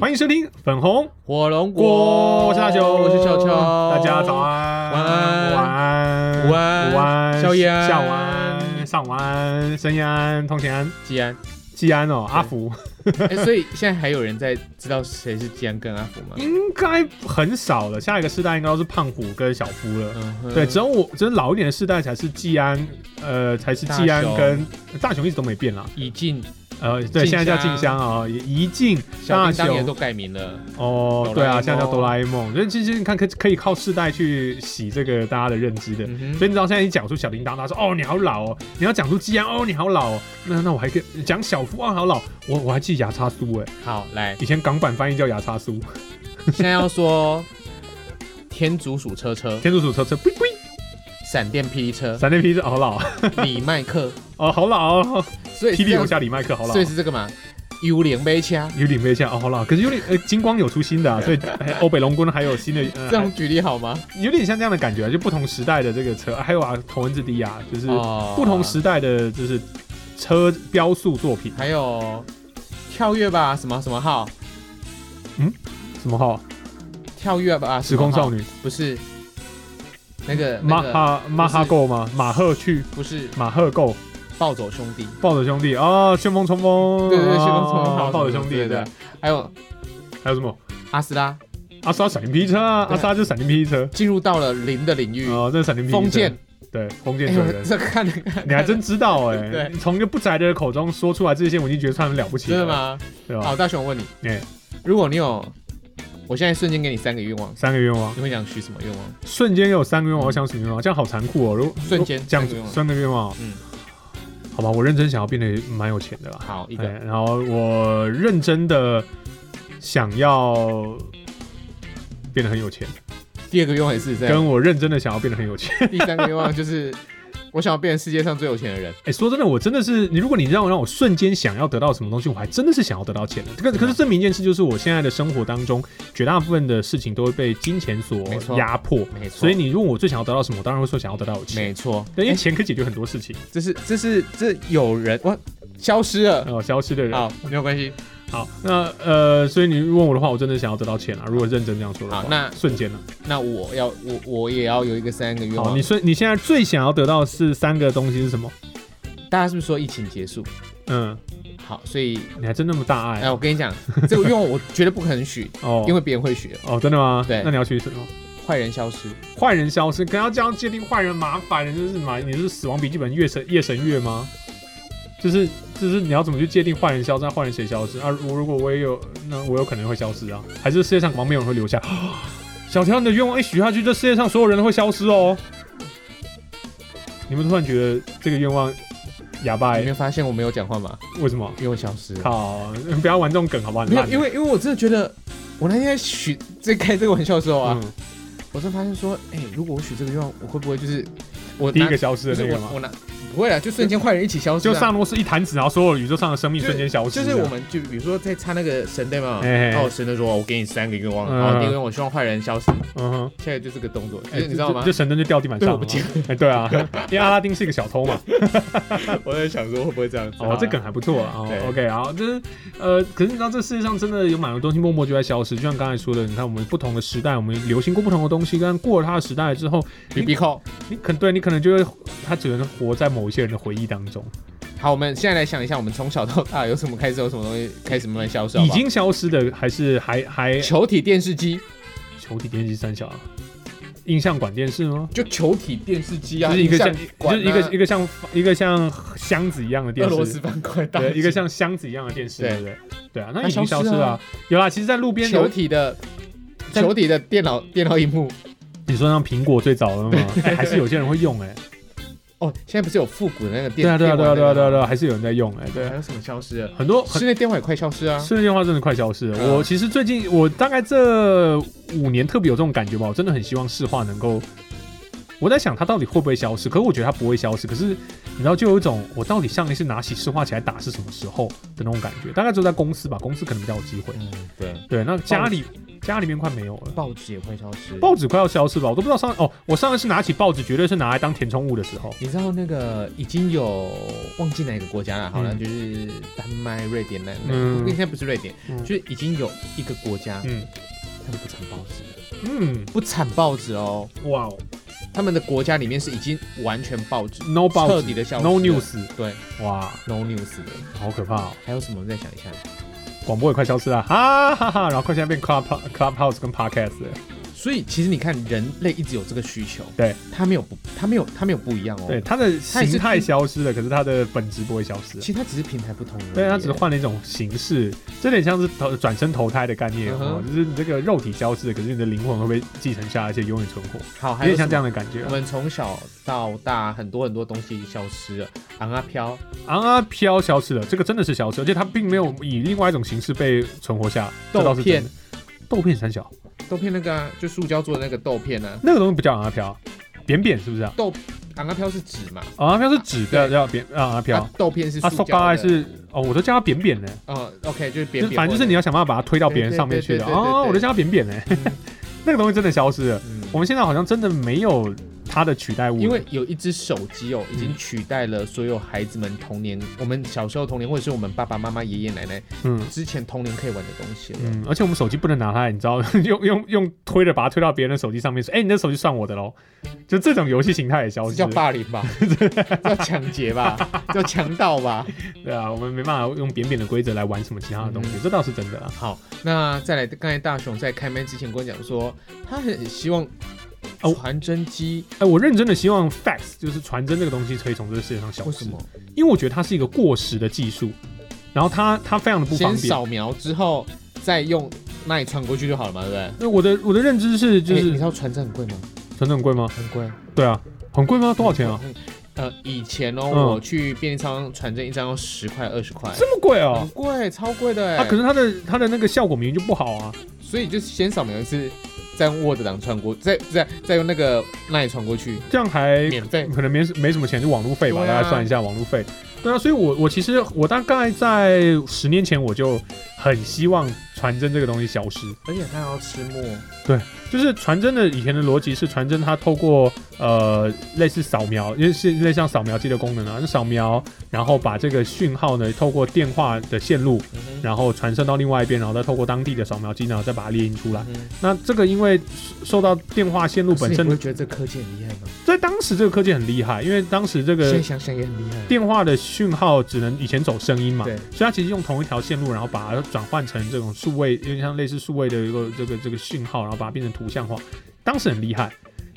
欢迎收听粉红火龙锅，果，我是大雄，我是球球，大家早，安，晚安晚安，午安午安，宵夜安下午安，上午安，深夜安，通勤安，吉安。季安哦，阿福哎，所以现在还有人在知道谁是吉安跟阿福吗？应该很少了，下一个世代应该都是胖虎跟小夫了。嗯哼，对，只有我，只有老一点的世代才是季安，呃，才是季安大雄跟大雄一直都没变啦。以进呃，对，静现在叫静香香啊、哦，怡静、小大叮当也雄都改名了，哦，对啊，哆啦现 A 梦在叫哆啦 A 梦，所以其实你看可以可以靠世代去洗这个大家的认知的。嗯所哼，以你知道现在一讲出小叮当，他说哦你好老哦，你要讲出季安哦你好老哦，那那我还跟讲小夫啊好老，我我还记得牙叉苏哎，好来，以前港版翻译叫牙叉苏，现在要说天竺鼠车车、天竺鼠车车，呸呸，闪电霹 雳车、闪电霹雳哦好老李麦克，哦好老哦，所以霹雳这样游侠李麦克好老所以，是这个嘛？幽灵杯枪，有点没像哦好老，可是有点呃金光有出新 的啊，所以哎欧北龙宫还有新的，呃这样举例好吗？还有点像这样的感觉啊，就不同时代的这个车，还有啊头文字 D 啊，就是哦不同时代的就是车标速作品，还有跳跃吧，什么什么号，什么号？跳跃吧，时空什么号少女，不是那个马那个哈马哈够吗？马赫去不是马赫够，暴走兄弟，暴走兄弟哦，旋风冲锋，对对对，旋风哦冲锋号暴走兄弟对对对，，还有还有什么？阿斯拉阿莎闪电霹雳车啊，对阿莎就是闪电霹雳车进入到了零的领域，哦，这是闪电霹雳车封建，，对，封建哎罪呦，人。这看得看你还真知道哎、 对你从一个不宅的人口中说出来这些，我已经觉得他很了不起了，真的？吗？对吧？好，大雄，我问你哎，如果你有，我现在瞬间给你三个愿望，三个愿望，你会想许什么愿望？瞬间有三个愿望，我想什么愿望？这样好残酷哦！如果瞬间如果这样三个愿望三个愿望，嗯嗯，好吧，我认真想要变得蛮有钱的啦。好，一哎个，然后我认真的想要变得很有钱，第二个愿望也是这样，跟我认真的想要变得很有钱。 第三个愿望就是我想要变成世界上最有钱的人。哎，说真的，我真的是你，如果你让我让我瞬间想要得到什么东西，我还真的是想要得到钱的。啊可可是证明一件事，就是我现在的生活当中，绝大部分的事情都会被金钱所没错压迫。没错，所以你问我最想要得到什么，我当然会说想要得到有钱没，错，对，因为哎钱可以解决很多事情。这是这是这有人我消失了，哦，消失的人。好，没有关系。好，那呃，所以你问我的话，我真的想要得到钱啊。如果认真这样说的话，好那瞬间呢、啊那我要我我也要有啊一个三个愿好，望你。瞬你现在最想要得到的是三个东西是什么？大家是不是说疫情结束？嗯，好，所以你还真那么大爱哎，我跟 你讲，这个愿望我绝对不可能许，哦因。为别人会许的。哦，真的吗？对那你要去什么？坏人消失，坏人消失，可要这样界定坏人麻烦人，就是嘛？你是死亡笔记本夜神夜神月吗？就是就是你要怎么去界定坏人消失？那坏人谁消失啊？我如果我也有，那我有可能会消失啊？还是世界上广没有人会留下？ 小条，你的愿望一哎许下去，这世界上所有人都会消失哦。你们突然觉得这个愿望哑巴、你没欸？有发现我没有讲话吗？为什么？因为我消失了。靠！不要玩这种梗，好不好？很没有，烂因为因为我真的觉得，我那天在许在开这个玩笑的时候啊，嗯我真的发现说，哎，如果我许这个愿望，我会不会就是我第一拿个消失不的是那个我吗？我拿不会了，就瞬间坏人一起消失啊，就萨诺斯一弹指，然后所有宇宙上的生命就瞬间消失。就是我哦们就比如说在插那个神对吗？哎然后神就说：“我给你三个愿望，嗯然后第一个愿望我希望坏人消失。嗯哼”，现在就这个动作，就哎是你知道吗这这？神灯就掉地板对，上我了不吗。记得，哎，对啊， 因为阿拉丁是一个小偷 嘛。我在想说会不会这样子。哦，这梗还不错啊。对哦 OK，好，就是呃，可是你知道这世界上真的有蛮多东西默默就在消失，就像刚才说的，你看我们不同的时代，我们流行过不同的东西，但过了它的时代之后， B B 扣。你可对你可能就会，它只能活在某一些人的回忆当中，好，我们现在来想一下，我们从小到大有什么开始，有什么东西开始慢慢消失？好已不好经消失的还是还还球体电视机，球体电视三小啊，印象馆电视吗？就球体电视机啊，就是一个像，影像管就啊是一个一个像一个像箱子一样的电俄视，罗斯方块大对，一个机像箱子一样的电视，对对不对？对啊，那它已经消消失失了啊、啊有啦，其实，在路边球有，体的在球体的电脑电脑荧幕。你说像苹果最早的嘛，哎 还是有些人会用哎、哦，现在不是有复古的那个电对啊，对啊，对啊，对啊，对啊，电玩的那个对啊，还是有人在用哎、对还啊，有什么消失了？很多很。室内电话也快消失啊。室内电话真的快消失了。嗯我其实最近，我大概这五年特别有这种感觉吧。我真的很希望市话能够，我在想它到底会不会消失。可是我觉得它不会消失。可是你知道，就有一种我到底上一次拿起市话起来打是什么时候的那种感觉。大概只有在公司吧，公司可能比较有机会。嗯，对。对，那家里家里面快没有了。报纸也快消失。报纸快要消失吧，我都不知道上哦。我上一次拿起报纸，绝对是拿来当填充物的时候。你知道那个已经有忘记哪个国家了？好了，嗯就是丹麦、瑞典那那，嗯嗯、现在不是瑞典，嗯就是已经有一个国家，嗯他们不产报纸了，嗯，不产报纸哦，哇哦他们的国家里面是已经完全报纸，no 报彻纸底的消失，no 了 news，对哇， no news 的。好可怕哦！还有什么？我再想一下。广播也快消失了，哈哈哈。然后快现在变 club clubhouse 跟 podcast 了所以其实你看，人类一直有这个需求，对，它没有不，它没有，它没有不一样哦。对，，它的它也是形态消失了，可是它的本质不会消失啊。其实它只是平台不同而已。对，它只是换了一种形式，这有点像是投转身投胎的概念、嗯哦，哼就是你这个肉体消失了，可是你的灵魂会被继承下来，而且永远存活，好，还有点有像这样的。的感觉哦我。们从小到大，很多很多东西消失了，昂啊飘，啊，飘消失了，这个真的是消失，而且它并没有以另外一种形式被存活下来。这倒是真的，豆片三小，豆片那个啊，就塑胶做的那个豆片啊，那个东西不叫啊飘，扁扁是不是啊？昂啊飘是纸嘛，啊飘是纸，不要不要扁啊飘啊。豆片是啊，塑塑胶胶的还是哦，我都叫它扁扁呢，哦，OK，就是就扁是扁，反正就是你要，要想办法把它推到别人上面去的对对对对对对哦，我都叫它扁扁呢。嗯那个东西真的消失了， 嗯我们现在好像真的没有它的取代物了，因为有一只手机哦，已经取代了所有孩子们童年，我们小时候童年，或者是我们爸爸妈妈、爷爷奶奶嗯。之前童年可以玩的东西了。嗯，而且我们手机不能拿它，你知道， 用用用推着把它推到别人的手机上面，说：“哎、你的手机算我的喽。”就这种游戏形态也消这失。叫霸凌 吧？这叫抢劫吧？这叫强盗吧？对啊，我们没办法用扁扁的规则来玩什么其他的东西，嗯这倒是真的啊。好，那再来，刚才大雄在开麦之前跟我讲说，他很希望哦传真机，哎、我认真的希望 fax 就是传真这个东西可以从这个世界上消失，为什么？因为我觉得它是一个过时的技术，然后它它非常的不方先便。扫描之后再用那里传过去就好了嘛，对不对？那我的我的认知是，就就是、哎你是知道传真很贵吗？传真很贵吗？很贵，对啊，很贵吗？多少钱啊？很？呃，以前哦，嗯我去便利商传真一张要十块二十块，这么贵啊很？贵，超贵的啊，哎。可是它的它的那个效果明明就不好啊。所以就是先扫描一次，再用 Word 档传过，再再再用那个那里传过去，这样还免费。可能没没什么钱，就网路费吧，对啊大家算一下网路费。对啊，所以我我其实我大概在十年前我就很希望传真这个东西消失。而且它还要吃墨，就是传真的以前的逻辑是，传真它透过呃类似扫描，因为是类似像扫描机的功能啊，就扫描，然后把这个讯号呢透过电话的线路，嗯然后传送到另外一边，然后再透过当地的扫描机，然后再把它列印出来。嗯那这个因为受受到电话线路啊本可是你身不的，会觉得这科技很厉害吗？在当时这个科技很厉害，因为当时这个现在想想也很厉害。电话的讯号只能以前走声啊音嘛，对所以它其实用同一条线路，然后把它转换成这种数位，有点像类似数位的一个这个这个讯号，然后把它变成图像化，当时很厉害。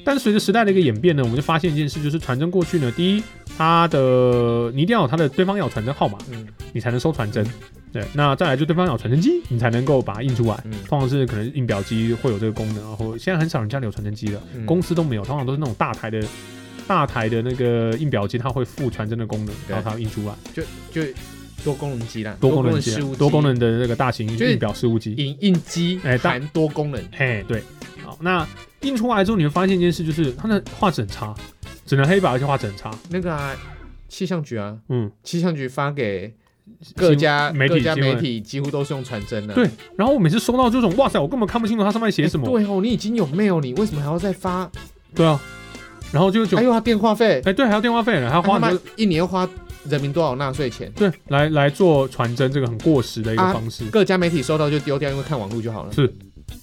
但是随着时代的一个演变呢，我们就发现一件事，就是传真过去呢，第一，它的你一定要有它的对方要有传真号码，嗯你才能收传真。对，那再来就对方要有传真机，你才能够把它印出来。嗯，通常是可能印表机会有这个功能，然后现在很少人家里有传真机了。嗯公司都没有，通常都是那种大台的。大台的那个印表机，它会附传真的功能，对然后它印出来就就多功能机啦，多功能机事啊务机，多功能的那个大型就是印表事务机。影印机，哎大含多功能，嘿，对，好，那印出来之后，你会发现一件事，就是它的画质很差，只能黑白，而且画质很差。那个啊，气象局啊，嗯，气象局发给各家媒体各家新闻媒体几乎都是用传真的。对。然后我每次收到这种，哇塞，我根本看不清楚它上面写哎什么。对哦，你已经有 mail，你为什么还要再发？对啊，然后就就还有啊，电话费，哎，对，还要电话费呢，还要啊花他妈很多一年要花人民多少纳税钱？对来来做传真这个很过时的一个啊方式。各家媒体收到就丢掉，因为看网络就好了。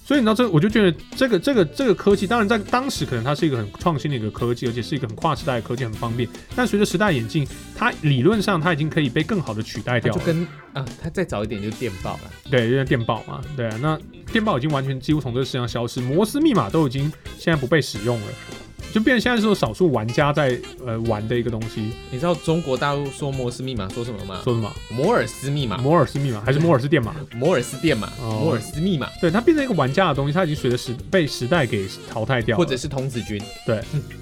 所以你知道这，我就觉得这个这个这个科技，当然在当时可能它是一个很创新的一个科技，而且是一个很跨时代的科技，很方便。但随着时代演进，它理论上它已经可以被更好的取代它掉就了。跟啊，它再早一点就电报了。对，因为电报嘛，对啊，那电报已经完全几乎从这个世界上消失，摩斯密码都已经现在不被使用了，就变成现在是有少数玩家在呃玩的一个东西，你知道中国大陆说摩斯密码说什么吗？说什么摩尔斯密码、摩尔斯密码还是摩尔斯电码？摩尔斯电码、哦摩尔斯密码，对，它变成一个玩家的东西，它已经随着时被时代给淘汰掉了，或者是童子军。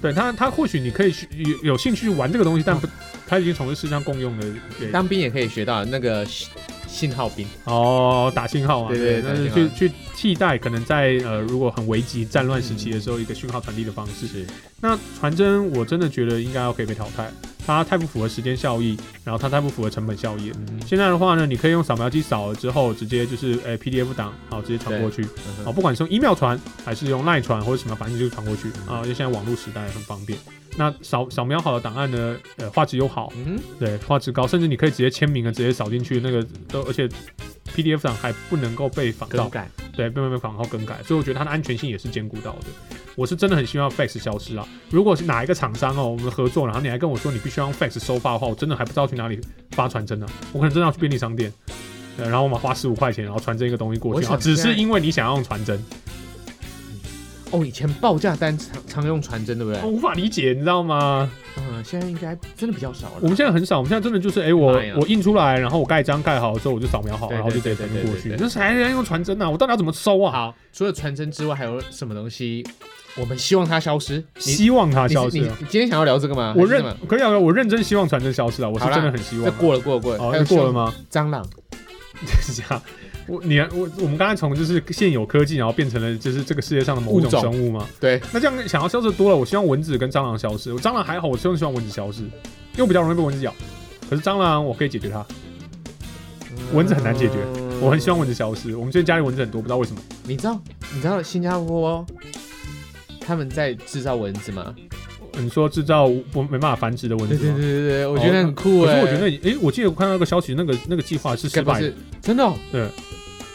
对他，他或许你可以去有有兴趣去玩这个东西，但嗯不，他已经从这世上共用的给当兵也可以学到那个信信号兵，哦打信号啊，对对但是打信去号去替代可能在呃如果很危急战嗯乱时期的时候一个讯号传递的方式。是那传真我真的觉得应该要可以被淘汰，它太不符合时间效益，然后它太不符合成本效益了。嗯现在的话呢，你可以用扫描机扫了之后，直接就是哎诶、PDF 档，好直接传过去。好，嗯哼啊不管是用 email 传还是用 line 传或者什么，反正就是传过去啊。因为现在网络时代很方便。那扫扫描好的档案呢，呃，画质又好，嗯哼，对，画质高，甚至你可以直接签名啊，直接扫进去，那个都而且 PDF 档还不能够被仿更到，改，对，被被被仿号更改，所以我觉得它的安全性也是兼顾到的。我是真的很希望 fax 消失啊！如果是哪一个厂商哦，我们合作，然后你还跟我说你必须要用 fax 收发的话，我真的还不知道去哪里发传真呢、啊我可能真的要去便利商店，对，然后我们花十五块钱，然后传真一个东西过我去，想啊只现是在因为你想要用传真。哦，以前报价单常常用传真，对不对我？无法理解，你知道吗？嗯，现在应该真的比较少了。我们现在很少，我们现在真的就是，哎、我 Line 啊我印出来，然后我盖章盖好之后，我就扫描好，对然后就直接对对传过去对对。对那还要用传真呢、啊？我到底要怎么收啊？好，除了传真之外，还有什么东西我们希望它消失？你希望它你消你失啊。你今天想要聊这个吗？我还是认什么可以啊，我认真希望传真消失啊！我是好啦真的很希望这啊。过了过了过了，还哦，有过了吗？ 蟑螂，是这样。我你我我们刚才从就是现有科技，然后变成了就是这个世界上的某种物种生物嘛。对，那这样想要消失多了，我希望蚊子跟蟑螂消失。我蟑螂还好，我真的希望蚊子消失，因为我比较容易被蚊子咬。可是蟑螂我可以解决它，蚊子很难解决嗯我很希望蚊子消失。我们最近家里蚊子很多，不知道为什么。你知道你知道新加坡他们在制造蚊子吗？你说制造不没办法繁殖的蚊对子对对吗？对对，我觉得很酷哦可哎、是我觉得，诶、我记得我看到一个消息，那个那个计划是失该不败的。是嗯真的、哦，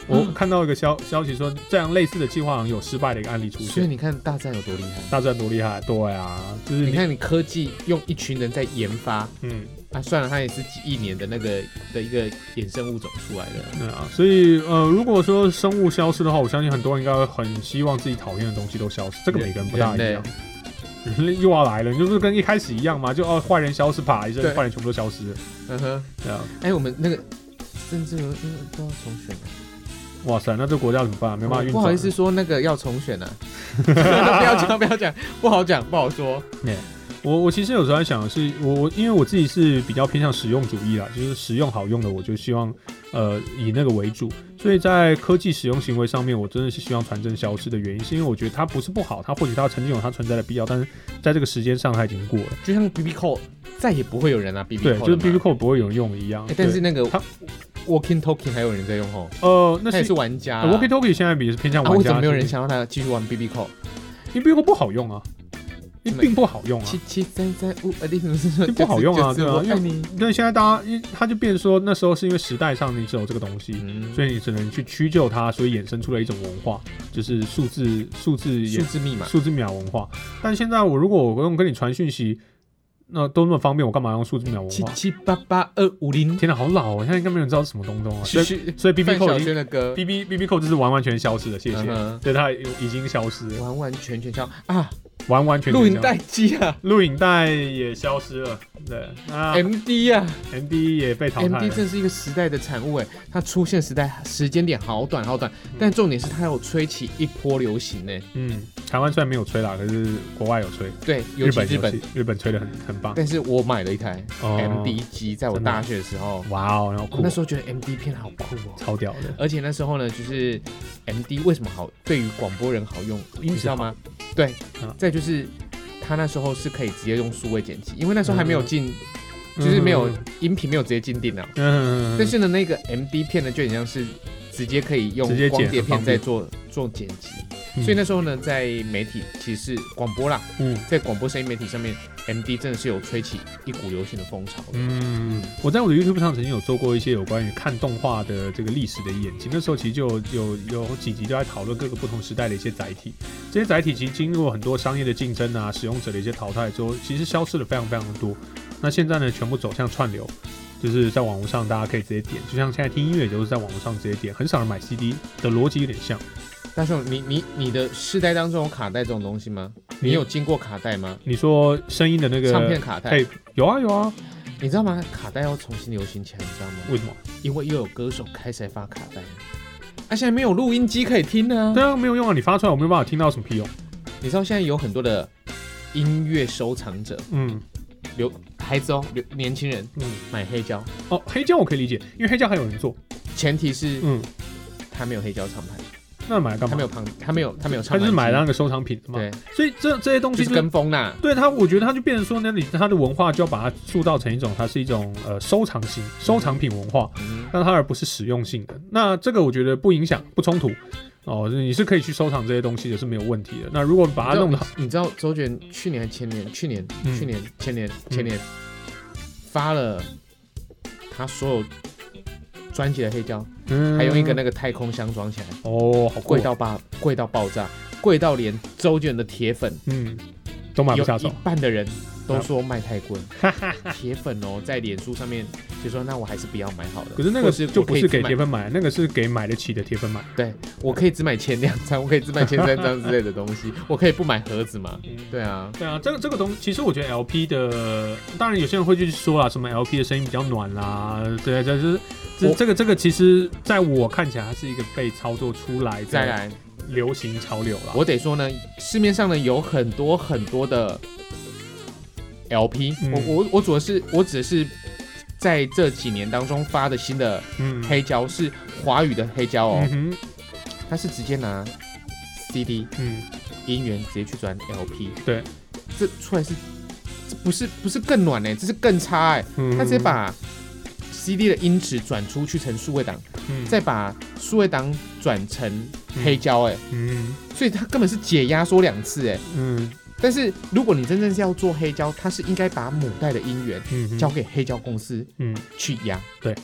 我看到一个消消息说，这样类似的计划好像有失败的一个案例出所以现。你看大战有多厉害。大战多厉害？对啊，就是你看，你科技用一群人在研发嗯。啊，算了，它也是几亿年的那个的一个衍生物种出来的。对啊，所以呃，如果说生物消失的话，我相信很多人应该会很希望自己讨厌的东西都消失。这个每个人不大一人样。人 类又要来了，你就是跟一开始一样嘛，就哦，坏人消失，啪一声对，坏人全部都消失了。嗯哼，对啊，哎、我们那个甚至有嗯都要重选了，哇塞，那这国家怎么办？没办法运哦转。啊不好意思，说那个要重选啊，不要讲不要讲，不好讲不好说。我我其实有时候在想的是，我我因为我自己是比较偏向实用主义啦，就是实用好用的，我就希望呃以那个为主。所以在科技使用行为上面，我真的是希望传真消失的原因，是因为我觉得它不是不好，它或许它曾经有它存在的必要，但是在这个时间上它已经过了。就像 B B 扣，再也不会有人拿 B B 扣对，就是 B B 扣。扣不会有人用一样哎。但是对那个它 Walking Token 还有人在用吼，呃，那他也是是玩家啊。 Walkie Talkie 现在比是偏向啊，玩为家，什么没有人想让他继续玩 B B 扣？因为 B B 扣不好用啊，因真为的并不好用啊七。七三三五，呃，你怎么是说这不好用啊就是对啊我因为爱你。对，现在大家因他就变成说那时候是因为时代上你只有这个东西，嗯，所以你只能去屈就它，所以衍生出了一种文化，就是数字数字嗯数也字密码，数字秒文化。但现在我如果我用跟你传讯息，那都那么方便，我干嘛用数字秒文七化？七八八二五零，天哪，好老、哦！现在应该没有人知道是什么东东啊。所嘘以嘘，所以 B B 范扣晓已萱经的歌， B B B B 扣就是完完全消失了，谢谢。嗯对，它已经消失哼了，完完全全消啊，完完全全录影消失带机啊录影带也消失了。对，那，M D 啊 M D 也被淘，M 汰 D 了。真是一个时代的产物哎，它出现时代时间点好短好短，但重点是它有吹起一波流行哎，嗯，台湾虽然没有吹啦，可是国外有吹，对，尤日本其日有本吹，日本吹的很很棒。但是我买了一台哦 MD 机，在我大学的时候，哇哦，然后酷那，时候觉得 MD 片好酷哦。超屌的。而且那时候呢，就是 MD 为什么好，对于广播人好用，你知道吗？对嗯，再就是他那时候是可以直接用数位剪辑，因为那时候还没有进，嗯就是没有嗯音频没有直接进电脑，嗯，但是呢，那个 MD 片呢就很像是直接可以用直接剪光碟很方片在便做做剪辑，嗯所以那时候呢，在媒体其实是广播啦，嗯在广播声音媒体上面，MD 真的是有吹起一股流行的风潮。嗯，我在我的 YouTube 上曾经有做过一些有关于看动画的这个历史的演进，那时候其实就有有有几集都在讨论各个不同时代的一些载体，这些载体其实经过很多商业的竞争啊，使用者的一些淘汰之后，其实消失了非常非常的多。那现在呢，全部走向串流，就是在网络上大家可以直接点，就像现在听音乐也都是在网络上直接点，很少人买 CD 的逻辑有点像。大雄，你你你的世代当中有卡带这种东西吗？你有经过卡带吗？你说声音的那个唱片卡带配有啊有啊，你知道吗？卡带要重新流行起来，你知道吗？为什么？因为又有歌手开始发卡带了，啊，现在没有录音机可以听呢、对啊，没有用啊，你发出来我没有办法听到什么屁用。你知道现在有很多的音乐收藏者，嗯留孩子哦，留年轻人嗯。买黑胶，哦，黑胶我可以理解，因为黑胶还有人做。前提是嗯，他没有黑胶唱盘。那买来干他嘛没？有旁，他没有，他没有唱嗯他盘就是买机了那个收藏品的嘛。啊嗯对，所以这这些东就西是就是跟风啦。对它，我觉得它就变成说，那里它的文化就要把它塑造成一种，它是一种呃收藏型收藏品文化，嗯但它而不是实用性的。那这个我觉得不影响，不冲突。哦，你是可以去收藏这些东西的，是没有问题的。那如果把啊它弄得好，你知道周杰伦去年还前年，去年、嗯去年前年前年、发了他所有专辑的黑胶，嗯，还用一个那个太空箱装起来，哦，好贵贵，到爆，贵到爆炸，贵到连周杰伦的铁粉嗯，都买不有下一手，半的人都说卖太 贵，铁粉哦在脸书上面就说那我还是不要买好了。可是那或个是就我不可以是只给买铁粉买，那个是给买得起的铁粉买。对，我可以只买前两张，我可以只买前三张之类的东西，我可以不买盒子嘛？对啊，对啊，这个这个东，其实我觉得 LP 的，当然有些人会去说啊啦，什么 LP 的声音比较暖啦，对，这是这我这个这个，其实在我看起来，它是一个被操作出来再的来，流行潮流啦。我得说呢，市面上呢有很多很多的 LP，、嗯我我我主要是我只是在这几年当中发的新的嗯黑胶是华语的黑胶哦，嗯哼它是直接拿 CD 嗯，音源直接去转 LP，对，这出来是这不是不是更暖呢、这是更差哎、嗯它直接把 CD 的音质转出去成数位档，嗯再把数位档转成黑胶哎、嗯所以它根本是解压缩两次哎、嗯但是如果你真正是要做黑胶，它是应该把母带的音源嗯交给黑胶公司嗯去压，对，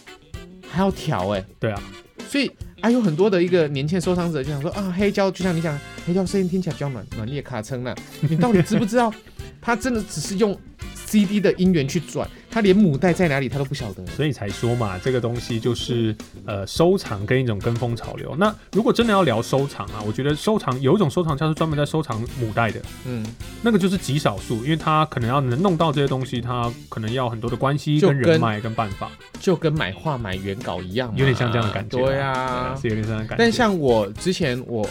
还要调哎、对啊，所以啊，有很多的一个年轻收藏者就想说啊，黑胶就像你讲，黑胶声音听起来比较暖暖烈 卡称啦，你到底知不知道，它真的只是用 CD 的音源去转，它连母带在哪里它都不晓得。所以才说嘛，这个东西就是呃收藏跟一种跟风潮流。那如果真的要聊收藏啊，我觉得收藏有一种收藏家是专门在收藏母带的，嗯，那个就是极少数，因为他可能要能弄到这些东西，他可能要很多的关系就跟人跟脉跟办法，就跟买画买原稿一样嘛，有点像这样的感觉啊对啊，是有点这样的感觉。但像我之前我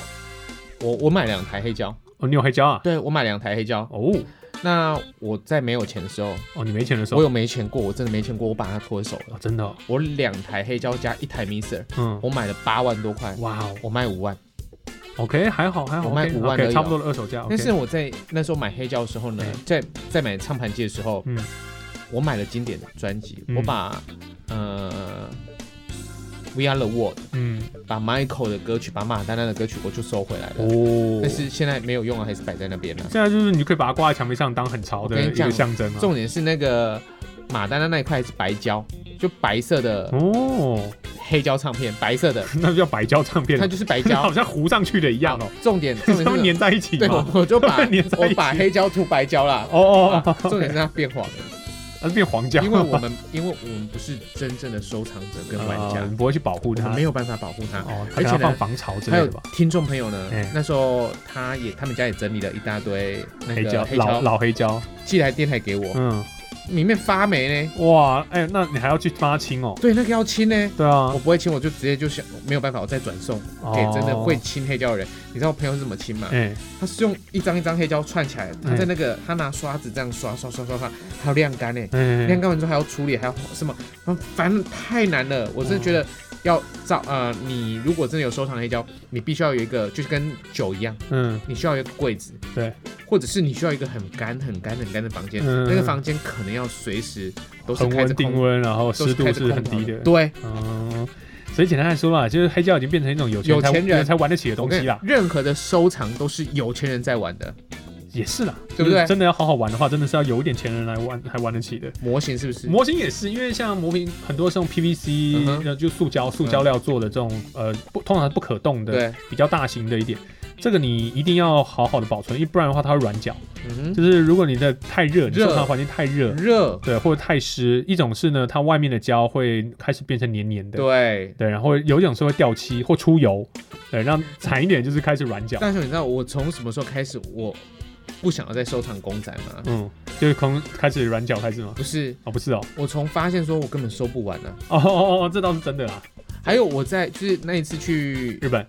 我我买两台黑胶，哦，你有黑胶啊？对我买两台黑胶，哦那我在没有钱的时候，哦，你没钱的时候我，有没钱过，我真的没钱过，我把它脱手了。哦、真的哦、我两台黑胶加一台 Miser，嗯，我买了八万多块，哇哦我卖五万。 ，OK，还好还好，我卖 OK， 5万而已 OK，哦差不多的二手价。但是我在那时候买黑胶的时候呢嗯，在在买唱盘机的时候，嗯我买了经典的专辑，嗯我把呃 We Are the World，嗯把 Michael 的歌曲，把马丹娜的歌曲，我就收回来了。哦，嗯但是现在没有用了，啊还是摆在那边了。现在就是你可以把它挂在墙壁上当很潮我的跟一你讲个象征啊。重点是那个马丹娜那一块是白胶，就白色的哦，黑胶唱片，白色的，那就叫白胶唱片它了，就是白 胶好。像糊上去的一样哦，重点重它点们是粘在一起对，嘛。我我就 把粘哦在一我起把黑胶涂白胶啦。哦哦啊哦，重点是它变黄了，它是变黄胶，因为我们因为我们不是真正的收藏者跟玩呃家你，不会去保护我们它没。有办法保护它。哦，它可而且能要呢放防潮之还类有的吧。听众朋友呢哎，那时候他也他们家也整理了一大堆那黑个胶，黑老胶，老黑胶，寄来电台给我，嗯，里面发霉呢，哇，哎、那你还要去帮他清哦？对，那个要清呢。对啊哦我，不会清，我就直接就想没有办法，我再转送给真的会清黑胶的人。你知道我朋友是怎么清吗？哎、他是用一张一张黑胶串起来的，他嗯在那个他拿刷子这样刷刷刷刷刷，还有晾干呢。哎晾干完之后还要处理，还要什么？反正太难了，我真的觉得要造呃，你如果真的有收藏黑胶，你必须要有一个，就是跟酒一样，嗯你需要有一个柜子，对，或者是你需要一个很干、很干、很干的房间，嗯那个房间可能要随时都是恒开着温空定，温，然后都湿是度开着是空很调低的的，对，嗯，所以简单来说啦，就是黑胶已经变成一种有钱有才钱人才玩得起的我东跟西你啦讲，，任何的收藏都是有钱人在玩的，也是啦，对不对就是真的要好好玩的话，真的是要有一点钱人来玩，还玩得起的。模型是不是？模型也是，因为像模型很多是用 PVC，嗯、哼嗯呃，就塑胶、塑胶料做的这种，呃，不通常是不可动的，对，比较大型的一点。这个你一定要好好的保存，一不然的话它会软脚。嗯就是如果你的太热，你热收藏环境太热哼，，热，对，或者太湿。一种是呢，它外面的胶会开始变成黏黏的，对。对然后有一种是会掉漆或出油，对，让惨一点就是开始软脚，但是你知道我从什么时候开始我不想要再收藏公仔吗？嗯，就是从开始软脚开始吗？不是，哦，不是哦，我从发现说我根本收不完啊。哦哦哦哦，这倒是真的啦，还有我在就是那一次去日本，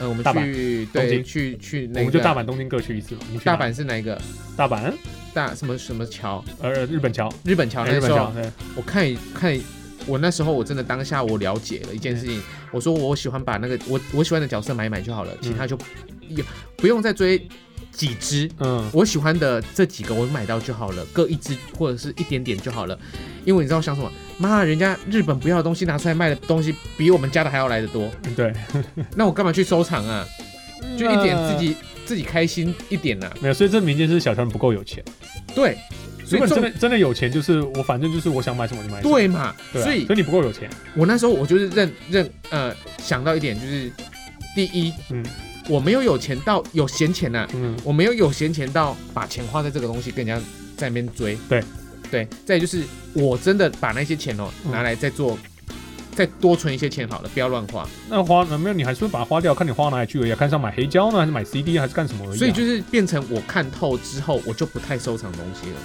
呃我们大阪去东对京去去我那个们就大阪、东京各去一次嘛，你去大哪里，阪是哪一个大阪，大什么什么桥呃，日本桥，日本桥哎那日时本桥，候对，我看一看一我那时候我真的当下我了解了一件嗯事情，我说我喜欢把那个我我喜欢的角色买一买就好了，其他就也不用再追几只。嗯，我喜欢的这几个我买到就好了，各一只或者是一点点就好了，因为你知道我想什么？妈，人家日本不要的东西拿出来卖的东西比我们家的还要来的多，对，那我干嘛去收藏啊？嗯就一点自己自己开心一点呐、没有，所以这明件事小川不够有钱。对，如果所以你真重的真的有钱，就是我反正就是我想买什么就买什么。对嘛，对啊，所以所以你不够有钱。我那时候我就是认认呃想到一点就是，第一，嗯我没有有钱到有闲钱呐、嗯我没有有闲钱到把钱花在这个东西跟人家在那边追。对，对，再来就是我真的把那些钱哦、嗯拿来再做，再多存一些钱好了，不要乱花。那花呢？没有，你还是会把它花掉，看你花哪里去而已啊。看是要买黑胶呢，还是买 CD，还是干什么而已啊、所以就是变成我看透之后，我就不太收藏东西了，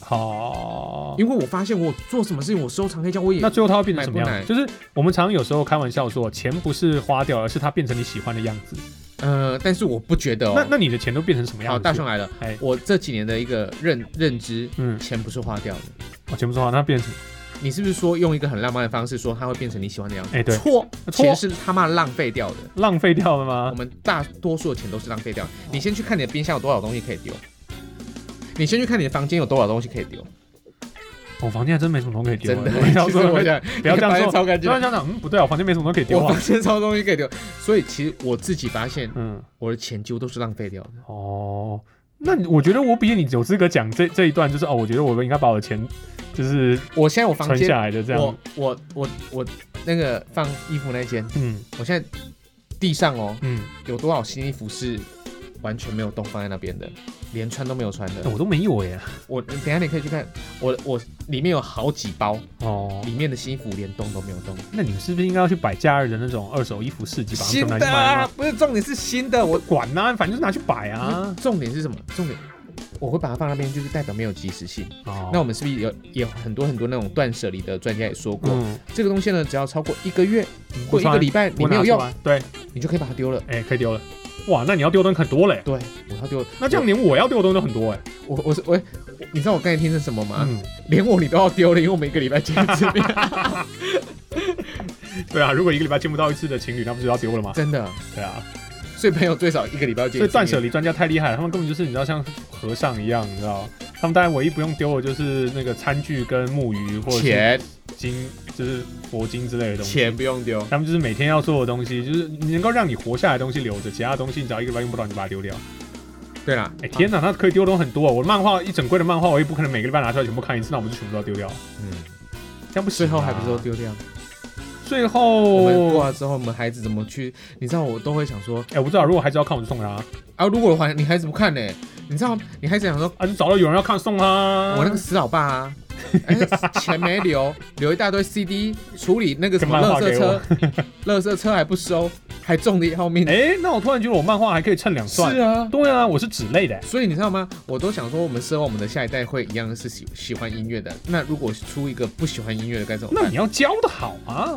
好。因为我发现我做什么事情我收藏黑胶我也哦那最后它会变成什么买样子？不就是我们常有时候开玩笑说，钱不是花掉，而是它变成你喜欢的样子。呃，但是我不觉得哦、那那你的钱都变成什么样好，子？大雄来了哎。我这几年的一个认认知，嗯，钱不是花掉的。我钱不说话，那变成什么你是不是说用一个很浪漫的方式说它会变成你喜欢的样子？哎对错，错钱是他妈浪费掉的。浪费掉了我吗？们大多数的钱都是浪费掉的。你先去看你的冰箱有多少东西可以丢，你先去看你的房间有多少东西可以丢，我房间还真没什么东西可以丢真啊，的。不要其实 我这样，想，不要这样你的房间说，超干不净要这的。样讲。嗯，不对啊，我房间没什么东西可以丢我啊房。间超多东西可以丢，所以其实我自己发现，嗯，我的钱几乎都是浪费掉的。哦，那你我觉得我比你有资格讲这这一段，就是哦，我觉得我应该把我的钱就是我现在我房存间，下来的这我样，我我我那个放衣服那间，嗯我现在地上哦，嗯，有多少新衣服是完全没有动放在那边的，连穿都没有穿哎的。我都没有耶。我等一下你可以去看，我我里面有好几包，哦，里面的新衣服连动都没有动。那你们是不是应该要去摆假日的那种二手衣服市集，把它新们拿去的卖啊吗？，不是重点是新的，我管呐、反正就拿去摆啊。重点是什么？重点我会把它放那边，就是代表没有及时性。哦，那我们是不是有也有很多很多那种断舍离的专家也说过，嗯，这个东西呢，只要超过一个月不或一个穿礼拜你不没拿有出用，来，对，你就可以把它丢了。哎、可以丢了。哇，那你要丢的东西很多嘞。对，我要丢了。那这样连我要丢的东西都很多哎、我我是我，你知道我刚才听成什么吗？嗯，连我你都要丢了，因为我们一个礼拜见一次面。 对啊，如果一个礼拜见不到一次的情侣，那不是要丢了吗？真的，对啊，所以朋友最少一个礼拜要见一次所以断面。舍离专家太厉害了，他们根本就是你知道像和尚一样，你知道，他们当然唯一不用丢的就是那个餐具跟木鱼或者是钱金，就是佛经之类的东西。钱不用丢，他们就是每天要做的东西，就是你能够让你活下来的东西留着，其他东西你只要一个礼拜用不到，你就把它丢掉。对啦，哎、天哪，那可以丢的东西很多、哦。我的漫画一整柜的漫画，我也不可能每个礼拜拿出来全部看一次，那我们就全部都要丢掉，嗯，这样不行、啊最后还不是都？丢掉？最我们后，挂哎、了之后，我们孩子怎么去？你知道我都会想说我不知道，如果孩子要看，我就送他啊，啊，如果我还你孩子不看呢、你知道你孩子想说，啊就找到有人要看送他。我那个死老爸啊， 哎钱没留，留一大堆 CD，处理那个什么跟漫画垃圾给我车， 垃圾车还不收，还重的要命。哎、那我突然觉得我漫画还可以称两算。是啊，对啊，我是纸类的、所以你知道吗？我都想说，我们奢望我们的下一代会一样是喜喜欢音乐的。那如果出一个不喜欢音乐的该怎么那办你？要教的好啊，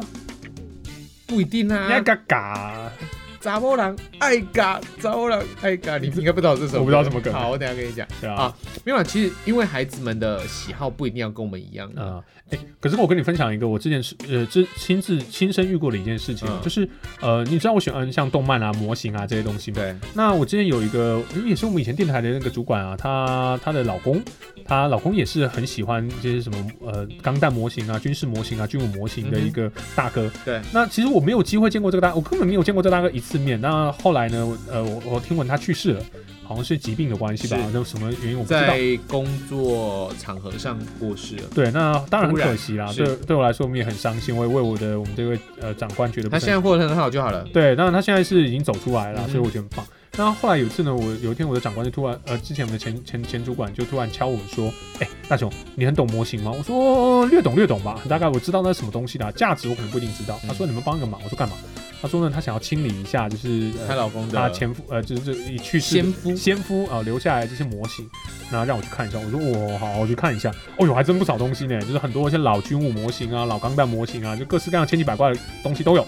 不一定你要啊。嘎嘎，查某人爱嘎，查某人爱嘎，你应该不知道这首歌，我不知道什么梗好，我等一下跟你讲。对啊啊，没有啦，其实因为孩子们的喜好不一定要跟我们一样。嗯嗯，哎、可是我跟你分享一个我之前是呃，之亲自亲身遇过的一件事情，嗯就是呃，你知道我喜欢像动漫啊、模型啊这些东西吗？对，那我之前有一个，因为也是我们以前电台的那个主管啊，她她的老公，她老公也是很喜欢这些什么呃钢弹模型啊、军事模型啊、军武模型的一个大哥。对那其实我没有机会见过这个大，我根本没有见过这个大哥一次面。那后来呢，我呃，我我听闻他去世了，好像是疾病的关系吧是，那什么原因我不知道。在工作场合上过世了。对，那当然很突然可惜啦。是对，对我来说，我们也很伤心，我也为我的我们这位呃长官觉得不他是现在过得很好就好了。对，当然他现在是已经走出来了，嗯哼所以我觉得很棒。那后来有一次呢，我有一天我的长官就突然，呃，之前我们的前前前主管就突然敲我说：“哎、大雄，你很懂模型吗？”我说：“哦略懂略懂吧，大概我知道那是什么东西啦，价值我可能不一定知道。”嗯他说：“你们帮一个忙。”我说：“干嘛？”他说呢，他想要清理一下，就是、她呃、老公他的前夫，呃，就是这已去世的先夫，先夫啊、呃留下来这些模型，那让我去看一下。我说我、好，我去看一下。哦哟，还真不少东西呢，就是很多一些老军武模型啊、老钢弹模型啊，就各式各样千奇百怪的东西都有。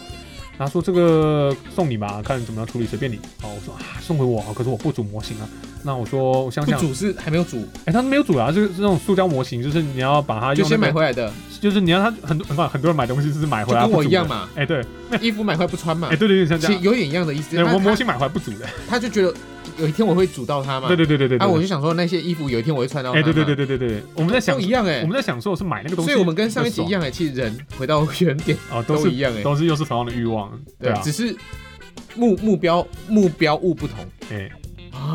然后说这个送你吧，看怎么样处理，随便你。哦，我说啊，送给我啊，可是我不组模型啊。那我说，我想不想，煮是还没有煮，哎，它是没有煮啊，就是那种塑胶模型，就是你要把它就用、那先买个回来的，就是你让它很多很多很多人买东西就是买就回来跟我不一煮样的。嘛，哎，对，衣服买回来不穿嘛哎，， 对对对，像这其实样。有点一样的意思。哎，那我模他型买回来不煮的。他就觉得有一天我会煮到它嘛，对对对对对。啊，对我就想说那些衣服有一天我会穿到它哎，嘛，对对对对对对，我们在想都一，样哎我们，在想说是买那个东西，所以我们跟上一集一样哎，其实人回到原点哦，都都是一样哎，都是又是同样的欲望，对啊，只是目目标目标物不同，哎，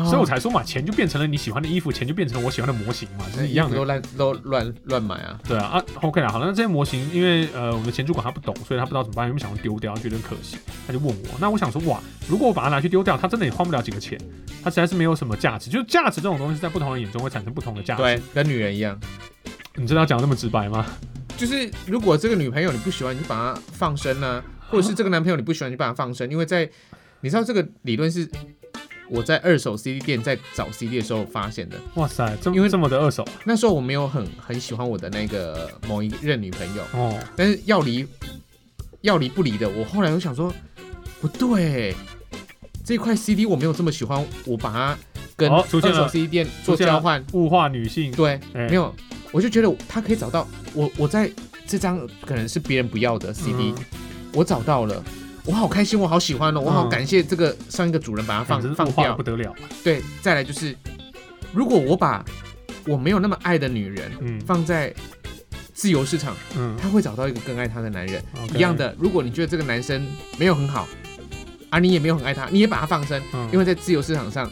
所所以我才说嘛，钱就变成了你喜欢的衣服，钱就变成了我喜欢的模型嘛，就是一样的哎都。乱都乱乱买啊，对啊啊，OK 啦，好，那这些模型，因为呃我们的前主管他不懂，所以他不知道怎么办，原本想要丢掉，觉得很可惜，他就问我。那我想说，哇，如果我把它拿去丢掉，它真的也换不了几个钱，它实在是没有什么价值。就是价值这种东西，在不同人眼中会产生不同的价值。对，跟女人一样，你真的要讲得这么直白吗？就是如果这个女朋友你不喜欢，你就把她放生啊，或者是这个男朋友你不喜欢，你就把他放生，因为在你知道这个理论是我在二手 CD 店在找 CD 的时候发现的，哇塞，这因为这么的二手那时候我没有很很喜欢我的那个某一任女朋友，哦，但是要离要离不离的，我后来又想说，不对，这块 CD 我没有这么喜欢，我把它跟哦二出现了手 CD 店做出现了交换，物化女性，对，哎没有，我就觉得他可以找到我，我在这张可能是别人不要的 CD，、嗯我找到了。我好开心，我好喜欢哦，我好嗯感谢这个上一个主人把它放、简直嗯是放物化得掉不。得了。对，再来就是，如果我把我没有那么爱的女人嗯放在自由市场，嗯她会找到一个更爱她的男人。 ，OK 一样，的，如果你觉得这个男生没有很好，啊，你也没有很爱他，你也把他放生，嗯因为在自由市场上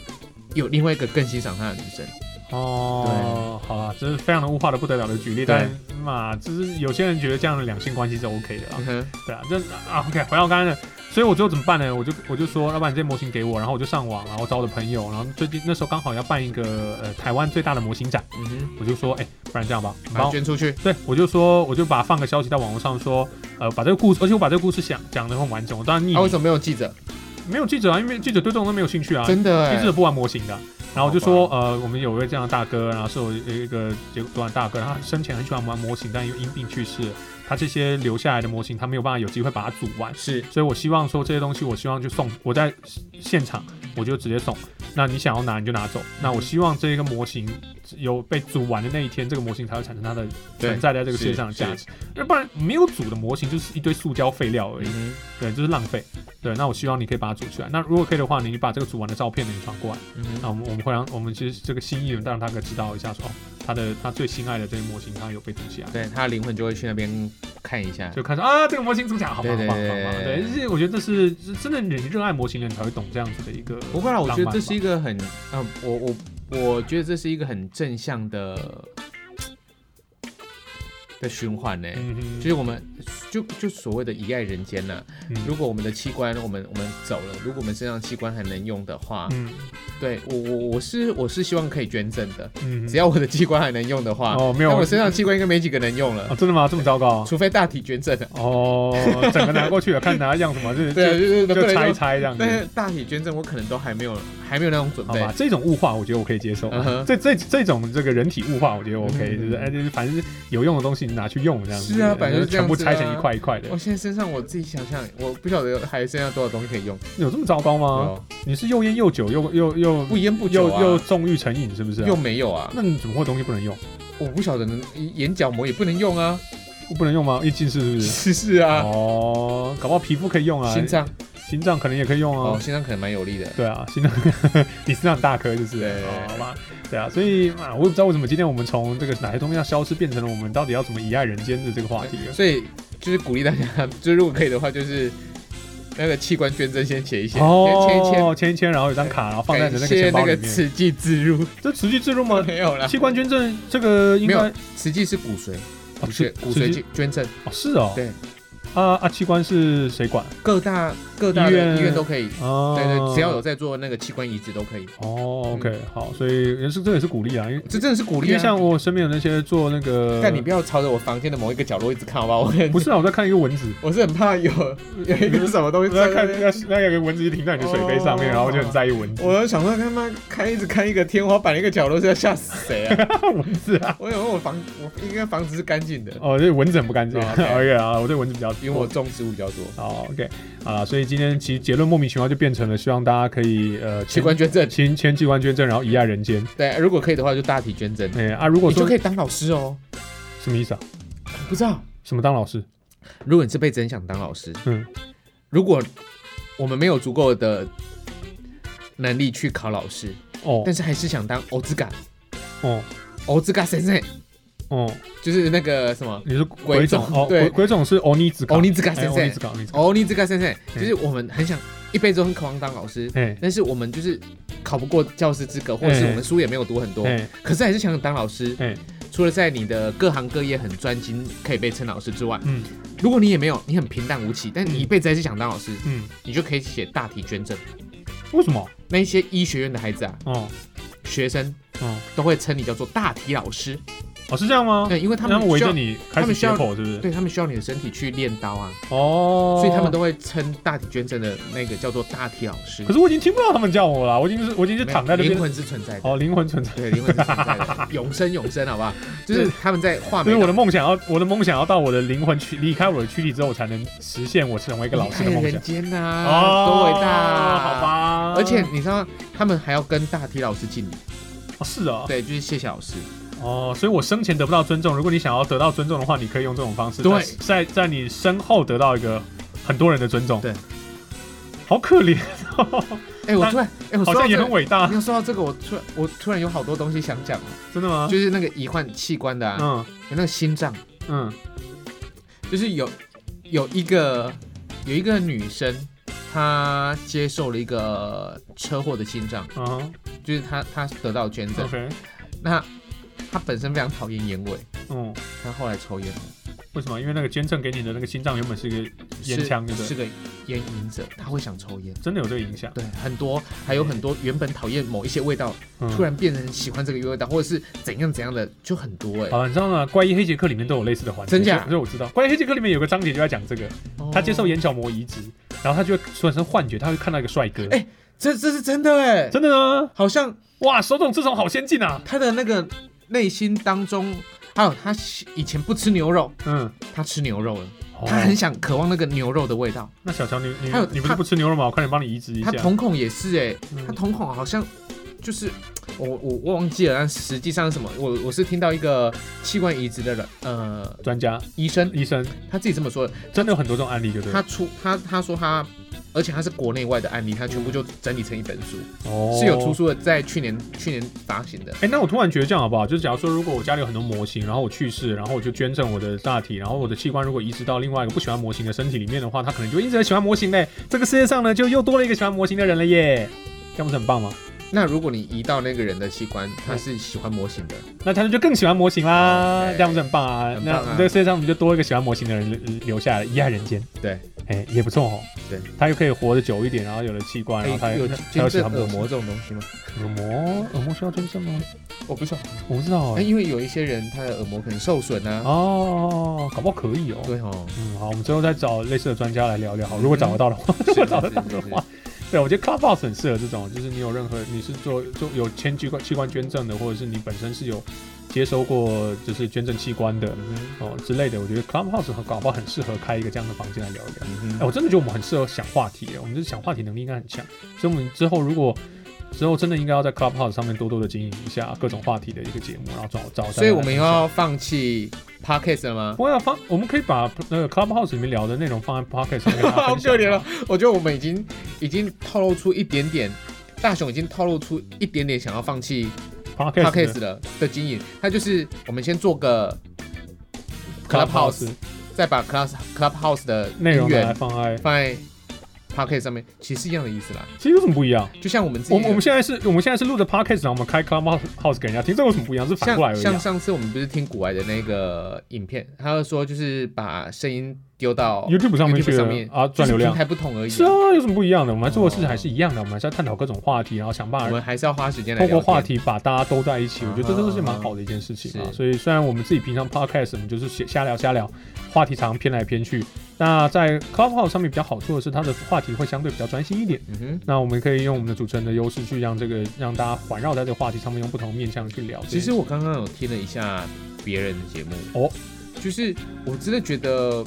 有另外一个更欣赏他的女生。哦，好啦，这是非常的物化的不得了的举例，但嘛，就是有些人觉得这样的两性关系是 OK 的啦嗯。哼，对啊，这啊，OK，回到刚才的，所以我最后怎么办呢？我就我就说，要不然你这些模型给我，然后我就上网，然后找我的朋友，然后最近那时候刚好要办一个呃台湾最大的模型展，嗯哼，我就说，哎、不然这样吧，你把帮它我。捐出去。对，我就说，我就把放个消息到网络上说，呃，把这个故事，而且我把这个故事想讲的很完整。我当然你、啊，为什么没有记者？没有记者啊，因为记者对这种都没有兴趣啊，真的记哎者，不玩模型的。然后我就说，呃，我们有一位这样的大哥，然后是我一个结果短大哥，他生前很喜欢玩模型，但又因病去世了。他这些留下来的模型，他没有办法有机会把它组完，是所以我希望说这些东西，我希望就送，我在现场我就直接送。那你想要拿你就拿走。那我希望这个模型有被组完的那一天，这个模型才会产生它的对存在在这个世界上的价值。要不然没有组的模型就是一堆塑胶废料而已，嗯对，就是浪费。对，那我希望你可以把它组起来。那如果可以的话，你把这个组完的照片呢你传过来，哼，嗯那哼，我们我们会让我们其实这个新艺人让大哥知道一下说，哦，他的他最心爱的这个模型，他有被组起来。对，他的灵魂就会去那边看一下。就开始啊，这个模型组起来好棒好对棒好棒对好棒！对对，这我觉得这是这真的，你热爱模型的人才会懂这样子的一个。不会啦，我觉浪得漫这是吧一个很，嗯、我我我觉得这是一个很正向的的循环哎呢、嗯哼，就是我们就就所谓的以爱人间呐、嗯如果我们的器官，我们我们走了，如果我们身上器官还能用的话，嗯对我我我是我是希望可以捐赠的，嗯，只要我的器官还能用的话，哦没那有我身上器官应该没几个能用了，啊，真的吗？这么糟糕？除非大体捐 赠。啊哦，整个拿过去了，看拿样什么，就是 对啊，就就是不就能拆一用。拆这样子但。是大体捐赠我可能都还没有还没有那种准好备。吧，这种物化我觉得我可以接 受嗯哼。这这这种这个人体物化，我觉得 OK，嗯就是哎，就是反正有用的东西你拿去用这样子。是啊本来就是这全样子啊部拆成一块一块的我。现在身上我自己想象，我不晓得还剩下多少东西可以用。有这么糟糕吗？有啊你是又烟又酒又又又不烟不酒又啊，又纵欲成瘾是不是啊？又没有啊，那你怎么会有东西不能用？我不晓得能眼角膜也不能用啊，不能用吗？因为近视是不是？是 是啊，哦，搞不好皮肤可以用啊，心脏心脏可能也可以用啊。哦，心脏可能蛮有力的。对啊，心脏 你心脏很大颗就是，对哦好吧？对啊，所以啊，我也不知道为什么今天我们从这个哪些东西要消失，变成了我们到底要怎么以爱人间的这个话题啊了。所以就是鼓励大家，就是如果可以的话，就是那个器官捐赠先写一写，哦，先签一签，签一签，然后有张卡，然后放在你的那感个谢钱包那里个面。慈济自入， 这持续自入吗？没有啦，器官捐赠这个应没有该慈济是骨髓，不骨髓骨持髓续捐捐赠，哦是哦，对，啊啊，器官是谁管？各大各大的医院医院都可以，哦，对对，只要有在做那个器官移植都可以，哦，OK，好，所以也是这也是鼓励啊，因为这真的是鼓因励为啊。像我身边有那些做那个，但你不要朝着我房间的某一个角落一直看，好不好？我很不是啊，我在看一个蚊子，我是很怕有有一个什么东我西在在那看边。那那有个蚊子就停在你的水杯上面，哦然后我就很在意蚊子，我想说他妈看一直看一个天花板的一个角落是要吓死谁 啊？蚊子啊，我想问我房我应该房子是干净的，哦，这蚊子很不干净。哦，OK OK 啊，我对蚊子比较因为我种植物比较多。好，OK，好哦了，所以今天其实结论莫名其妙就变成了希望大家可以呃器官捐赠，签签器官捐赠，然后遗爱人间。对，如果可以的话就大体捐赠。哎、啊，如果你就说可以当老师哦，什么意思啊？不知道。什么当老师？如果你这辈子很想当老师，嗯，如果我们没有足够的能力去考老师，哦但是还是想当欧兹嘎，哦欧兹嘎先生哦，就是那个什么你是鬼鬼冢冢哦，对鬼鬼冢是欧尼子港欧，尼兹嘎哎先欧尼子生，哦港，欧尼子港欧尼兹嘎先生，就是我们很想一辈子都很渴望当老师，哎但是我们就是考不过教师资格，或者是哎我们书也没有读很多，哎可是还是想当老师。哎，除了在你的各行各业很专精，可以被称老师之外，嗯如果你也没有，你很平淡无奇，但你一辈子还是想当老师，嗯，你就可以写大体捐赠。为什么？那一些医学院的孩子啊，哦学生哦都会称你叫做大体老师，哦，是这样吗？对，因为他他们们围需着要，你开始解剖，是不是？对他们需要你的身体去练刀啊，哦，所以他们。都会称大体捐赠的那个叫做大体老师。可是我已经听不到他们叫我了，我已经是，我已经是没有躺在那灵边。魂是存在的，哦，灵魂存在。对，灵魂是存 在的，永生永生，好不好？就是他们在画就眉是我的梦想要，我的梦想要到我的灵魂去离开我的躯体之后，我才能实现我成为一个老师的梦爱想人。间呐、哦，多伟大、啊，好。吧。而且你知道，他们还要跟大体老师敬礼，哦是啊，对，就是谢谢老师。哦，所以我生前得不到尊重，如果你想要得到尊重的话，你可以用这种方式，对在在在你身后得到一个很多人的尊重。对，好可怜哦，哎、我但突然，哎、我好说到像这也个很，伟大你，要说到这个，我突然，我突然有好多东西想讲哦，真的吗？就是那个遗换器官的、啊，啊嗯有那个心脏，嗯就是有有一个有一个女生，她接受了一个车祸的心脏，嗯哼就是她她得到捐赠。 ，OK，那她本身非常讨厌烟味，嗯，她后来抽烟了，为什么？因为那个捐赠给你的那个心脏原本是一个烟是枪，对不对是个烟瘾者，她会想抽烟。真的有这个影响。对，很多还有很多原本讨厌某一些味道，嗯突然变成喜欢这个味道，或者是怎样怎样的，就很多哎、好呃了，你知道吗？怪医黑杰克里面都有类似的环节，真假哦所以我知道，怪医黑杰克里面有个章节就在讲这个，他接受烟，眼角膜移植，然后他就会产生幻觉，他会看到一个帅哥。哎这这是真的哎、真的呢？好像哇，手冢治虫好先进啊！他的那个内心当中，还有他以前不吃牛肉，嗯，他吃牛肉了，哦他很想渴望那个牛肉的味道。那小乔，你你还有你不他是不吃牛肉吗？我快点帮你移植一他下。瞳孔也是哎、嗯他瞳孔好像就是我我我忘记了，但实际上是什么？我我是听到一个器官移植的人，呃，专家医生医生他自己这么说的，真的有很多这种案例，对不对他？出他他说他。而且他是国内外的案例，他全部就整理成一本书，哦是有出。书的，在去年去年发行的。哎，那我突然觉得这样好不好？就是假如说，如果我家里有很多模型，然后我去世，然后我就捐赠我的大体，然后我的器官如果移植到另外一个不喜欢模型的身体里面的话，他可能就一直在喜欢模型嘞。这个世界上呢，就又多了一个喜欢模型的人了耶，这样不是很棒吗？那如果你移到那个人的器官，他嗯是喜欢模型的，那他们就更喜欢模型啦哦 OK 这样不是很棒啊？很棒那啊我们这个世界上我们就多一个喜欢模型的人留留下来，遗爱人间。对，哎、也不错哦。对，他又可以活得久一点，然后有了器官，然啊后他哎，有又他捐又喜赠欢模耳型。膜这种东西吗？耳膜，耳膜需要捐赠吗？我不知道，我不知道哎，哎、因为有一些人他的耳膜可能受损啊。哦，搞不好可以哦。对 哦，嗯，好，我们之后再找类似的专家来聊嗯聊好，如果找得到的话， 如果是的找得到是的的是的话，对，我觉得 Clubhouse 很适合这种，就是你有任何你是做做有签器官器官捐赠的，或者是你本身是有接收过就是捐赠器官的，嗯哦之类的，我觉得 Clubhouse 和搞不好很适合开一个这样的房间来聊一聊。嗯哼哎、我真的觉得我们很适合想话题耶，我们这想话题能力应该很强，所以我们之后如果之后真的应该要在 Clubhouse 上面多多的经营一下各种话题的一个节目，然后找找。所以我们要。要放弃 podcast 了吗？不会啊，放我们可以把那个 Clubhouse 里面聊的内容放在 Podcast 上面。好可怜了，， 我觉得我们已经已经透露出一点点，大雄已经透露出一点点想要放弃 Podcast 的 podcast 了的经营，他就是我们先做个 Clubhouse clubhouse，再把 club clubhouse 的内音容拿来源放在，放在 podcast 上面，其实是一样的意思啦。其实有什么不一样？就像我们自己我们我们现在是我们现在是录的 Podcast，然后我们开 Clubhouse 给人家听，这有什么不一样？是反过来而像已像啊。上次我们不是听古玩的那个影片，他就说就是把声音丢到 YouTube 上面去 YouTube 上面啊，赚流就是平量。台不同而已。是啊，有什么不一样的？我们来做的事情哦还是一样的，我们还是要探讨各种话题，然后想我办法们还是要花时间来通聊过天话，啊题把大家都在一起。我觉得这都是蛮好的一件事情啊。是所以虽然我们自己平常 podcast 我们就是瞎瞎聊瞎聊，话题常偏来偏去。那在 Clubhouse 上面比较好处的是，它的话题会相对比较专心一点。嗯哼。那我们可以用我们的主持人的优势去让这个让大家环绕在这个话题上面，用不同的面向去聊这其件事。实我刚刚有听了一下别人的节目哦，就是我真的觉得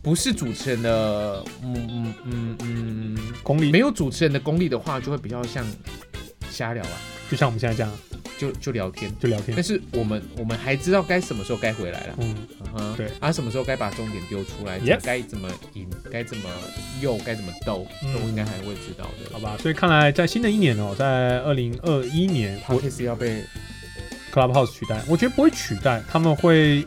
不是主持人的，嗯嗯嗯嗯，功力没有主持人的功力的话，就会比较像瞎聊啊，就像我们现在这样，就就聊天。就聊天但。是我们我们还知道该什么时候该回来了，嗯，嗯哼对啊，什么时候该把重点丢出来 Yes，该怎么引，该怎么诱，该怎么斗，嗯都应该还会知道的。好吧，所以看来在新的一年哦，在二零二一年， p 我 o d c a s 要被 Clubhouse 取代，我觉得不会取代，他们会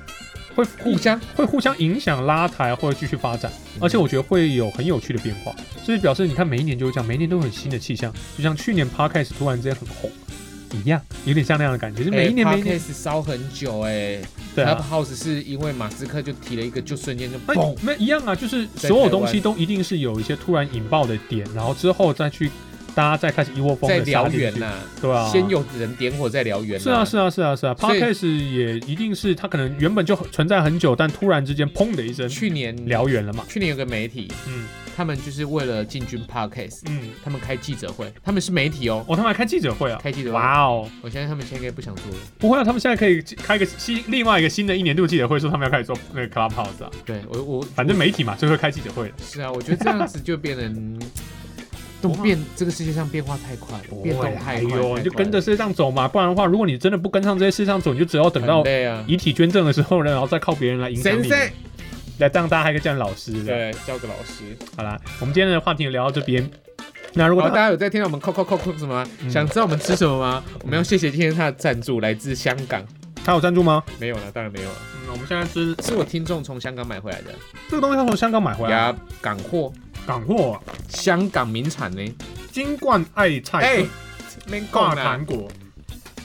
会互互相，会互相影响、拉抬或者继续发展，嗯而且我觉得会有很有趣的变化。所以表示你看每一年就会这样，每一年都有很新的气象，就像去年 Podcast 突然之间很红一样，有点像那样的感觉，就是每一年、 p 每 o 一 d c a 年 s 哎烧很久哎对啊。哎，Clubhouse 是因为马斯克就提了一个，就瞬间就那嘣，那一样啊，就是在所有台东西湾都一定是有一些突然引爆的点，然后之后再去大家再开始一窝蜂在的燎原呐、对啊，先有人点火再燎原、是啊，是啊，是啊，是啊所以，podcast 也一定是它可能原本就存在很久，但突然之间砰的一声去年啊燎原了嘛。去年有个媒体，嗯他们就是为了进军 Podcast，嗯，他们开记者会，他们是媒体哦，哦，他们还开记者会啊！开记者会。哇哦，我相信他们现在应该不想做了。不会啊，他们现在可以开个新另外一个新的一年度记者会，说他们要开始做那个 clubhouse 啊。对我，我反正媒体嘛，最后开记者会了。是啊，我觉得这样子就 变成不都会变，这个世界上变化太快了，变动哎太快，呦，太你就快跟着了世界上走嘛，不然的话，如果你真的不跟上这些世界上走，你就只要等到很累啊。遗体捐赠的时候，然后再靠别人来影响神你，圣，来当大家还可以这样老师。，对，叫个老师。好啦，我们今天的话题聊到这边。那如如果果大家哦大家有在听到我们扣扣扣扣什么吗，嗯想知道我们吃什么吗？我们要谢谢今天他的赞助，来自香港。他有赞助吗？没有了，当然没有了，嗯，我们现在吃是我听众从香港买回来的，这个东西要从香港买回来，啊呀，港货，港货香港名产呢。金冠艾菜哎炖，没挂挂呢。糖果，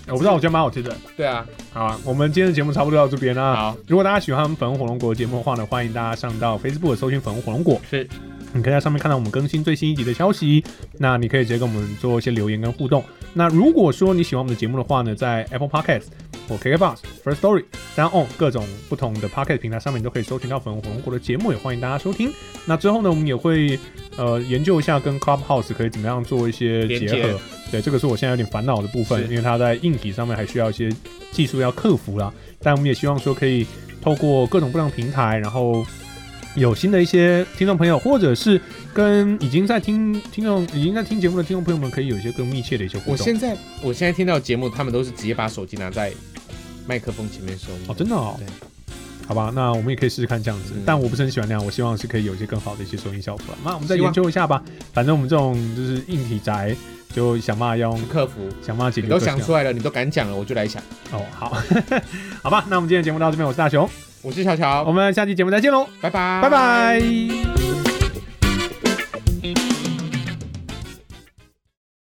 哎我不知道，我觉得蛮好吃的。对啊，好啊，我们今天的节目差不多到这边啦。好，如果大家喜欢我们粉红火龙果的节目的话呢，欢迎大家上到 Facebook 搜寻粉红火龙果，是你可以在上面看到我们更新最新一集的消息。那你可以直接跟我们做一些留言跟互动。那如果说你喜欢我们的节目的话呢，在 Apple Podcast 或 KKBox、First Story、三 On 各种不同的 Podcast 平台上面，你都可以搜寻到粉红火龙果的节目，也欢迎大家收听。那之后呢，我们也会呃研究一下跟 Clubhouse 可以怎么样做一些连结接合。对，这个是我现在有点烦恼的部分，是因为它在硬体上面还需要一些技术要克服啦。但我们也希望说可以透过各种不同的平台，然后有新的一些听众朋友，或者是跟已经在听听众已经在听节目的听众朋友们，可以有一些更密切的一些互我动。现在我现在听到节目，他们都是直接把手机拿在麦克风前面收音。哦，真的哦对。好吧，那我们也可以试试看这样子，嗯但我不是很喜欢那样，我希望是可以有一些更好的一些收音效果啦。那我们再希望研究一下吧，反正我们这种就是硬体宅，就想办法要用客服，想办法解你决都各式各想样。出来了，你都敢讲了，我就来想。哦，好， 好吧，那我们今天的节目到这边，我是大雄，我是小乔我，们下期节目再见喽，拜拜，哦拜拜